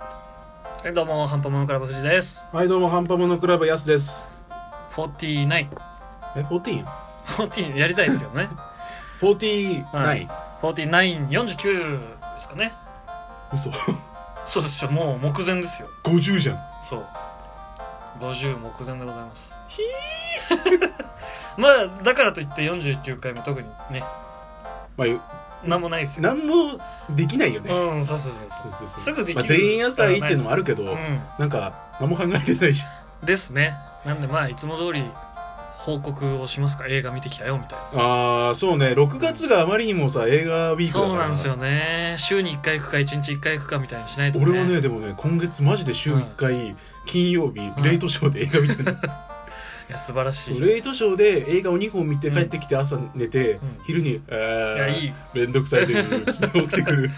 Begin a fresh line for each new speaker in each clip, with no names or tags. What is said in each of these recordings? はいどうもハンパモノクラブ藤井です
はいどうもハンパモノクラブやすです
49
え14
14やりたいですよ ね
49、
はい4949ですかね
嘘
そうですよもう目前ですよ
50じゃん
そう50目前でございますひ まあだからといって49回も特にね
まあ
なんもないですよ
何もできないよね、
うんそうそうそ
そうう
そ
そううそう
すぐできる
まあ、全員やったらいいっていうのもあるけど、
うん
なんか何も考えてないし
ですねなんでまあいつも通り報告をしますか映画見てきたよみたいな
ああそうね6月があまりにもさ映画ウィークだ
そう
から
なんですよね週に1回行くか1日1回行くかみたいにしないと、ね、
俺はねでもね今月マジで週1回、金曜日
ん
レイトショーで映画見 てる、
いや素晴らしいい
レイトショーで映画を2本見て帰ってきて朝寝て、
うん
昼に「え
やいい
めんどくさい」で伝わってく る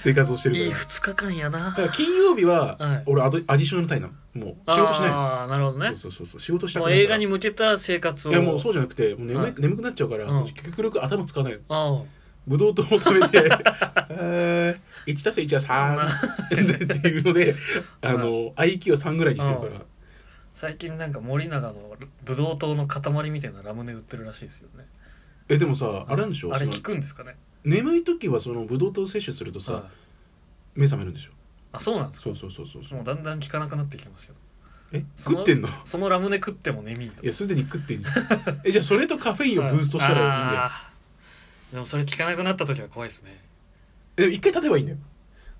生活をして
い
る
い
から
2日間やな
だから金曜日は、
はい
俺アドアディショナルタイムなのも う仕事しないの
ああなるほどね
そうそうそうそう仕事した
も
く
う
ない
映
か
画
ら
に向けた生活を
いやもうそうじゃなくてもう眠,、
はい
眠くなっちゃうから、
うん
結局頭使わない
あ
のブドウ糖を食べて「えー、1たす1は3」っていうのであの、IQ3 ぐらいにしてるから、
最近なんか森永のブドウ糖の塊みたいなラムネ売ってるらしいですよね
えでもさあれなんでしょ
あれ
その
効くんですかね
眠い時はそのブドウ糖を摂取するとさ、
はい
目覚めるんでしょ
あそうなんですか
そうそうそうそうそう
もうだんだん効かなくなってきてますよ
え
そ
食ってんの
そのラムネ食っても眠いと
いやすでに食ってんじゃんえじゃあそれとカフェインをブーストしたらいいんじゃん
あーでもそれ効かなくなった時は怖いですね
えでも一回立てばいいんだよ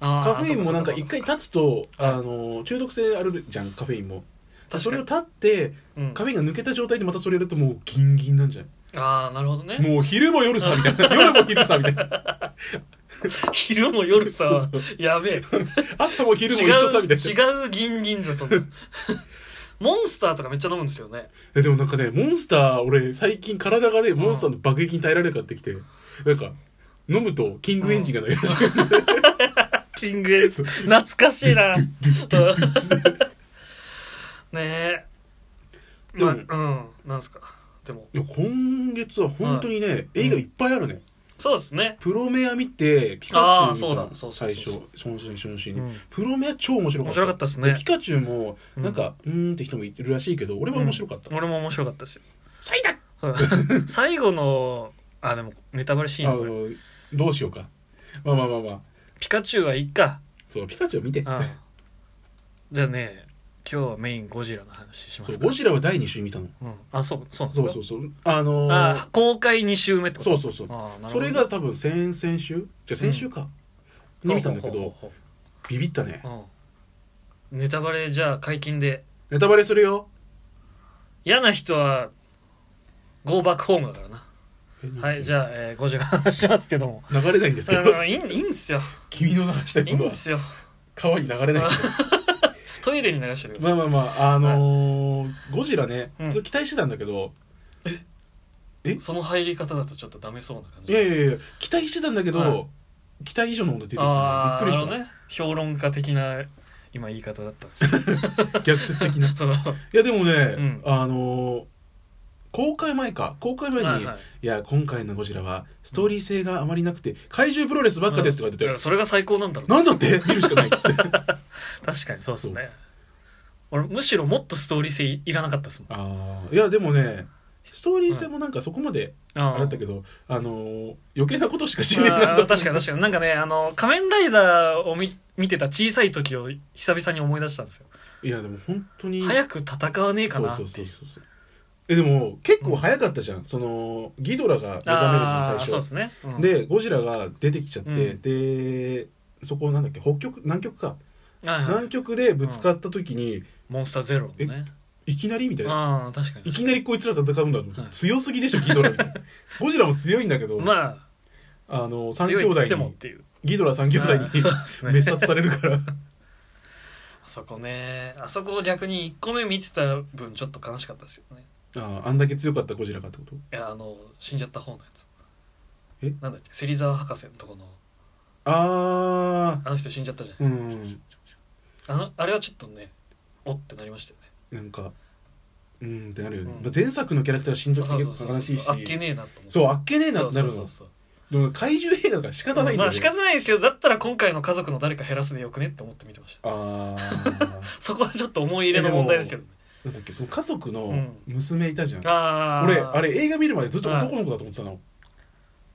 あー
カフェインもなんか
そう
一
そう
回立つと
はい
あの中毒性あるじゃんカフェインも
かに
それを立って
そううん
カフェインが抜けた状態でまたそれやるともうギンギンなんじゃ
ああなるほ ど
ない
ね
もう昼も夜さみたい な夜も昼さみたいな
昼も夜さは
そうそ
やべえ
朝も昼も一緒さみたいな
違う違うギンギンじゃんそ んなモンスターとかめっちゃ飲むんですよね
えでもなんかねモンスター俺最近体がねモンスターの爆撃に耐えられなくなってきてなんか飲むとキングエンジンが鳴り始める
キングエンジン懐かしい なねえ
で
ま
も
あうんなんすかでも
いや今月は本当にね映画いっぱいあるね
そうですね、
プロメア見てピ
あ
カ
ー
チ
そうだ
ュウ見
そう
た
そうそう
最
そう
初そのシーンそのシーン
う
に
ん
プロメア超面白
面
かった
白かったですね
ピカチュウも
うん
なんか、うーんって人もいるらしいけど俺は面白かった、
俺も面白かった ですよ
最多
うん最後のあでもネタバレシーン
あ
だこれ
のどうしようかまあまあまあまあ
ピカチュウはいいか
そうピカチュウ見て
うんじゃあね今日はメインゴジラの話しま
そう
す
ゴジラは第2週見たの
うん、あそうそうなんですか
そうそうそうあのー
あー公開2週目ってこと
そうそう
あ
そう
ーなるほど
それが多分先々週じゃあ先週か、に見たんだけ
ほう
ど
ほうほうほう
ビビったね
うん、ネタバレじゃあ解禁で
ネタバレするよ
嫌な人はゴーバックホームだからなはいじ
ゃ
ゃあ、えー、ゴジラの話しますけど も
流れないんですけど
うんいいいいんですよ
君の流した
いい
い
ん
ことは
ですよ
川に流れない
トイレに流してるけど
まあまあまああのーゴジラね
うん
ちょっと期待してたんだけど、
その入り方だとちょっとダメそうな感じ
いやいやいや期待してたんだけど、
はい
期待以上のもの出てきた
あ
か
あ
らびっ
なるほ
くりし
ど
た、
ね評論家的な今言い方だったん ですけ
逆説的 ない
どその
やでもね、
ん
あのー公開前か公開前に、
はい
い
はい
や今回の「ゴジラ」はストーリー性があまりなくて怪獣プロレスばっかですとか言って
い
て、
やそれが最高なんだろう
なんだって見るしかないっつって
確かにそうですね俺むしろもっとストーリー性いいらなかったですもん
あーいやでもねストーリー性もなんかそこまで
あ
あれだったけど、あのー余計なことしかしねえな
あ
と
ー確かに確かになんかねあの仮面ライダーを見見てた小さい時を久々に思い出したんですよ
いやでも本当に
早く戦わねえかなって
そ
いうう
そうそうそうそうえでも結構早かったじゃん、そのギドラが目覚めるじゃん
あ
最
あ
初
そうですね、うん
でゴジラが出てきちゃって、
うん
でそこなんだっけ北極南極か、
はいはい
南極でぶつかった時に、
モンスターゼロのね
いきなりみたいな
ああ確かに
いきなりこいつら戦うんだろう、
はい
強すぎでしょギド ラみたいなゴジラも強いんだけど、
ま
あの
あ
三
強
兄
いっつ
弟
ってもっ
に
ていう
ギドラ三兄弟に
あーそうです ね
滅殺されるから
あそこねあそこを逆に1個目見てた分ちょっと悲しかったですよね
あーあんだけ強かったゴジラかってこと
いやあの死んじゃった方のやつ
え
なんだっけ芹沢博士のとこの
あ
あの人死んじゃったじゃ
あう
ないですか、
ん
あのあれはちょっとねおってなりましたよね
なんかうんってなるよね、
うん
前作のキャラクターは死んじゃっ
そ
て
う
結
そうそう
構悲しいし
そうあっけねえなと思って
そうあっけねえなってなるの
そうそうそう
でも怪獣映画だから仕方ないん
ま
だよ
あ
ね
仕方ないですけどだったら今回の家族の誰か減らすでよくねって思って見てました
あー
そこはちょっと思い入れの問題ですけど
なんだっけその家族の
うん
娘いたじゃん、
ああ
俺あれ映画見るまでずっと男の子だと思ってたの、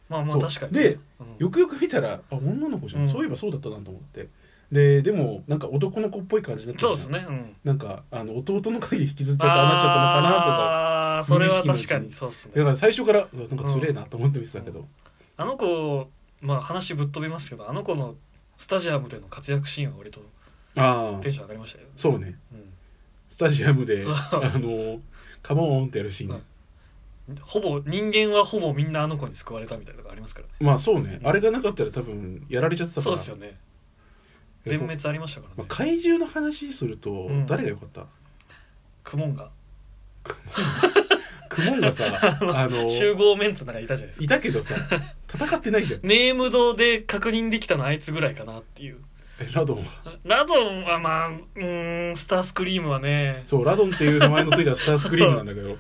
まあま
そ
あ
う
確かに
で
うん
よくよく見たらあ女の子じゃん、
うん
そういえばそうだったなと思ってででもなんか男の子っぽい感じだったじ
そ
ゃん
うですねうん
なんかあの弟の影引きずっちゃったあ
ああ
あなっちゃったのかなとか
ーそれは
無意識
確か
のうちに
にそうです
だ
ね
から最初からうわなんかつれえなと思って見てたけど、
あの子まあ話ぶっ飛びますけどあの子のスタジアムでの活躍シーンは割と
ああ
テンション上がりましたよ
そうね
うん
スタジアムで
そう
あのカモーンってやるシーン、
うんほぼ人間はほぼみんなあの子に救われたみたいなのがありますからね
まあそうね、
うん
あれがなかったら多分やられちゃってたか
そう
ら
ですよね全滅ありましたから
まあ
ね
怪獣の話すると
うん
誰が良かった、
クモンが
クモンがさ あの
集合メンツなんかいたじゃないですか
いたけどさ戦ってないじゃん
ネーム堂で確認できたのはあいつぐらいかなっていう
えラドンは
ラドンはまあうーんスタースクリームはね
そうラドンっていう名前のついたスタースクリームなんだけど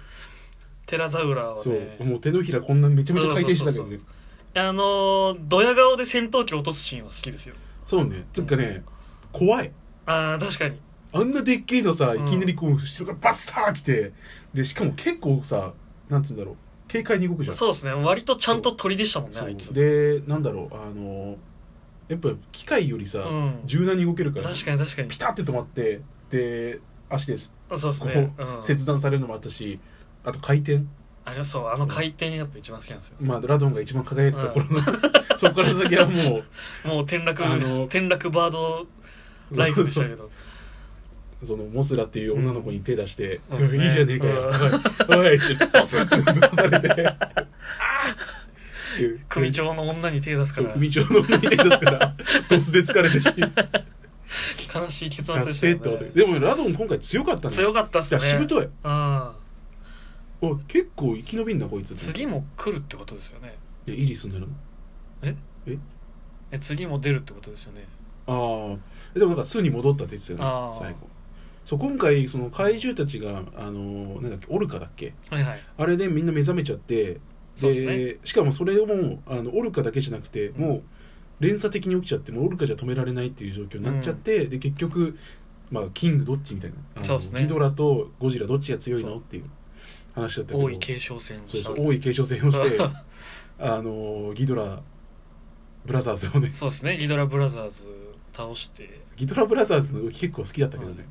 テラザウラーは
そう,、
ね
もう手のひらこんなめちゃめちゃ回転してたけどね
あのードヤ顔で戦闘機落とすシーンは好きですよ
そうねつうかね怖い
あー確かに
あんなでっけえのさ
う
い
ん
きなりこう後ろからバッサー来てでしかも結構さなんつうんだろう軽快に動くじゃん
そうですね割とちゃんと鳥でしたもんねあいつ
そうでなんだろうあのやっぱ機械よりさ、
うん
柔軟に動けるから
確かに確かに
ピタって止まってで足で
そうですね、うん、
切断されるのもあったし、あと回転
あれそうあの回転やっぱ一番好きなんですよ
まあラドンが一番輝いてた 頃の、そこから先はも
もう転落
あの
転落バード
う
ライフでしたけど
そのモスラっていう女の子に手出して「
うん
うんいいじゃねえかよ」おいおい」ってボスってぶっ刺されて「 あーっていう
組長の女に手出すか
そう
ら
組長の女に手出すからドスで疲れてし
悲しい結末で
達
した
成っ
よ
てことで
ね
でもラドン今回強かったね
強かったっす
いやしぶ
ね
とい
うん
お結構生き延びんだこいつって
次も来るってことですよね
いやイリスになるの
え次も出るってことですよね
ああでもなんか巣に戻ったって言ってたよ
あ
ね
ー
最後そう今回その怪獣たちがあのなんだっけオルカだっけ
はいはい
あれでみんな目覚めちゃって
そうっす
でしかもそれをもうあのオルカだけじゃなくて、
うん
もう連鎖的に起きちゃってもうオルカじゃ止められないっていう状況になっちゃって、で結局、まあ、キングどっちみたいなあの
そうっすね
ギドラとゴジラどっちが強いの
そう
っていう話だったけど
王位継承戦を
そう
した
そう
わけ
王位継承戦をして あのギドラブラザーズをね
そうですねギドラブラザーズ倒して
ギドラブラザーズの動き結構好きだったけどね、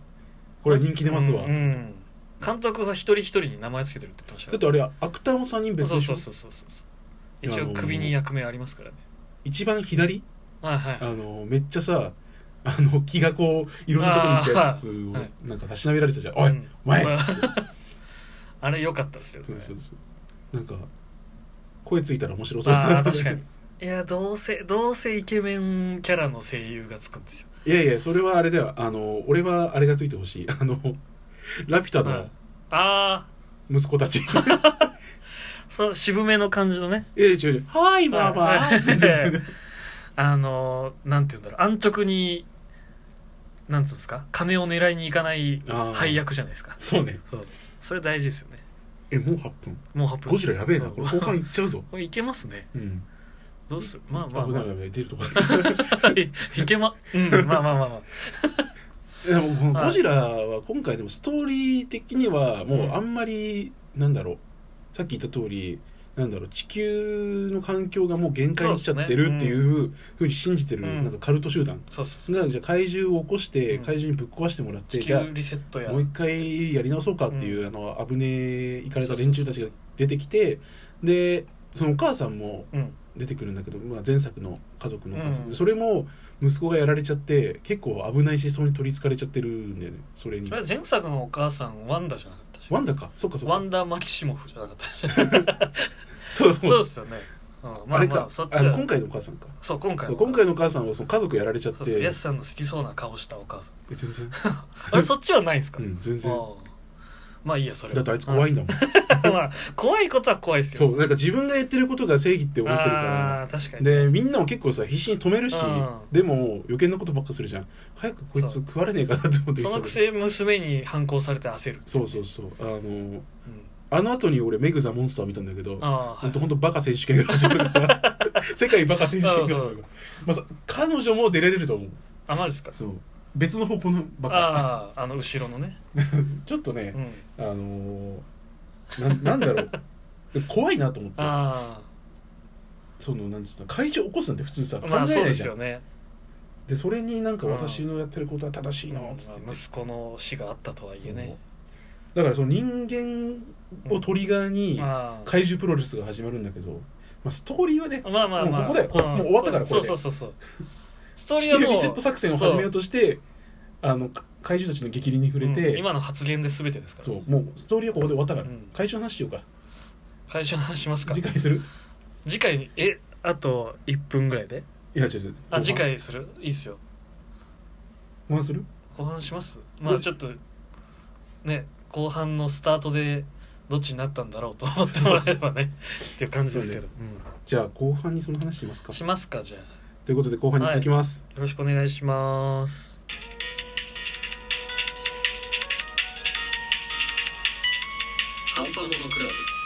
これ人気出ますわ、
うんうん監督は一人一人に名前つけてるって言ってましたよ
だってあれアクターも3人別
そう
でし
そ
ょ
うそうそうそう一応首に役名ありますからね
一番左
はいはい
あのめっちゃさあの気がこういろんなとこに行っちゃうやつを
あーはい
なんかたしなめられてたじゃん「おい
うん
お前!」
まあ あれ良かったですよね
そうそうそうなんか声ついたら面白そうだ
あ
な
あ確かにいやどうせどうせイケメンキャラの声優がつくんですよ
いやいやそれはあれだよあの俺はあれがついてほしいあのラピュタの
あ
息子 たち、
あそう渋めの感じのね
え違う違う「はーいママ
はい
って言うんですよね
あのーなんて言うんだろう安直になんつうんですか金を狙いに行かない
あー
配役じゃないですか
そうね
そうそれ大事ですよね
えもう8分
もう8分
ゴジラやべえな
そう
これ後半いっちゃうぞ
これいけますね
うん
どうするまあまあ、
危
ま
ない
あ
危ない出るとか
い、いけまうんまあまあまあまあ
でもこの
はい
ゴジラは今回でもストーリー的にはもうあんまりなんだろうさっき言った通りなんだろう地球の環境がもう限界に来ちゃってるっていうふうに信じてる
うん
なんかカルト集団
そうそうそう
がじゃあ怪獣を起こして
うん
怪獣にぶっ壊してもらって
地
じゃ
球
あ
リセットや
もう一回やり直そうかっていうあの危ねえ行かれた連中たちが出てきてでそのお母さんも
うん
出てくるんだけど、まあ、前作の家族のお母さん、
うん
それも息子がやられちゃって結構危ない思想に取りつかれちゃってるんだよねそれに
あれ前作のお母さんワンダじゃなかったし
ワンダかそっかそっ
ワ
か
ンダ・マキシモフじゃなかったし
そうそう
そうですよね、うん、ま
あ
あ
れ
ま
か
あそっち
あの
は
今回のお母さんか
そう今回
そう
の
今回のお母さんはその家族やられちゃっ
そ
て
うそうヤスさんの好きそうな顔したお母さん
え全然、
あれそっちはないんですか、
うん、全
あ
然
あまあいいやそれは
だってあいつ怖いんだもん、
うん まあ怖いことは怖いですよ
そうなんか自分がやってることが正義って思ってるから
あー確かに
でみんなも結構さ必死に止めるし、
うん
でも余計なことばっかするじゃん早くこいつ食われねえかなって思って
そのくせ娘に反抗されて焦る、
そうそうそうあの
うん、
あの後に俺メグザモンスター見たんだけど
ああ
本当本当バカ選手権が始まるから世界バカ選手権
そ
が
うそう
まあそ彼女も出られると思う
あマジですか
そう別の方向のバカ
あああの後ろの ね、
ちょっとね
う、ん、
あのーななんだろう怖いなと思って
あ
そのなんつうの会場起こすなんて普通さ
あ
考え
まあそう
な
で
いじ
す
ゃん、
よね
でそれになんか私のやってることは正しいのっつって
まあ息子の死があったとはいえね
だからその人間をトリガーに
まあ
怪獣プロレスが始まるんだけど、まあ、ストーリーはね
まあまあまあ
もうここだよ
ん
もう終わったからこ
そ
れ
う
で
そうそうそうストーリ
地
ーは
球
も
リ
う
セット作戦を始めようとしてあのか怪獣たちの逆鱗に触れて、
うん今の発言で全てですから
そうもうストーリーはここで終わったから、
うん
怪獣の話しようか
会社の話しますか
次回する
次回にえあと1分ぐらいで
いや違う違う
あ次回するいいっすよ
ご飯する
後半しますまあちょっとね後半のスタートでどっちになったんだろうと思ってもらえれば ねっていう感じですけど、
じゃあ後半にその話します
う
か
んしますかじゃあよ
ということで後半に続きます、
ろしくお願いします
ハンパモノクラブ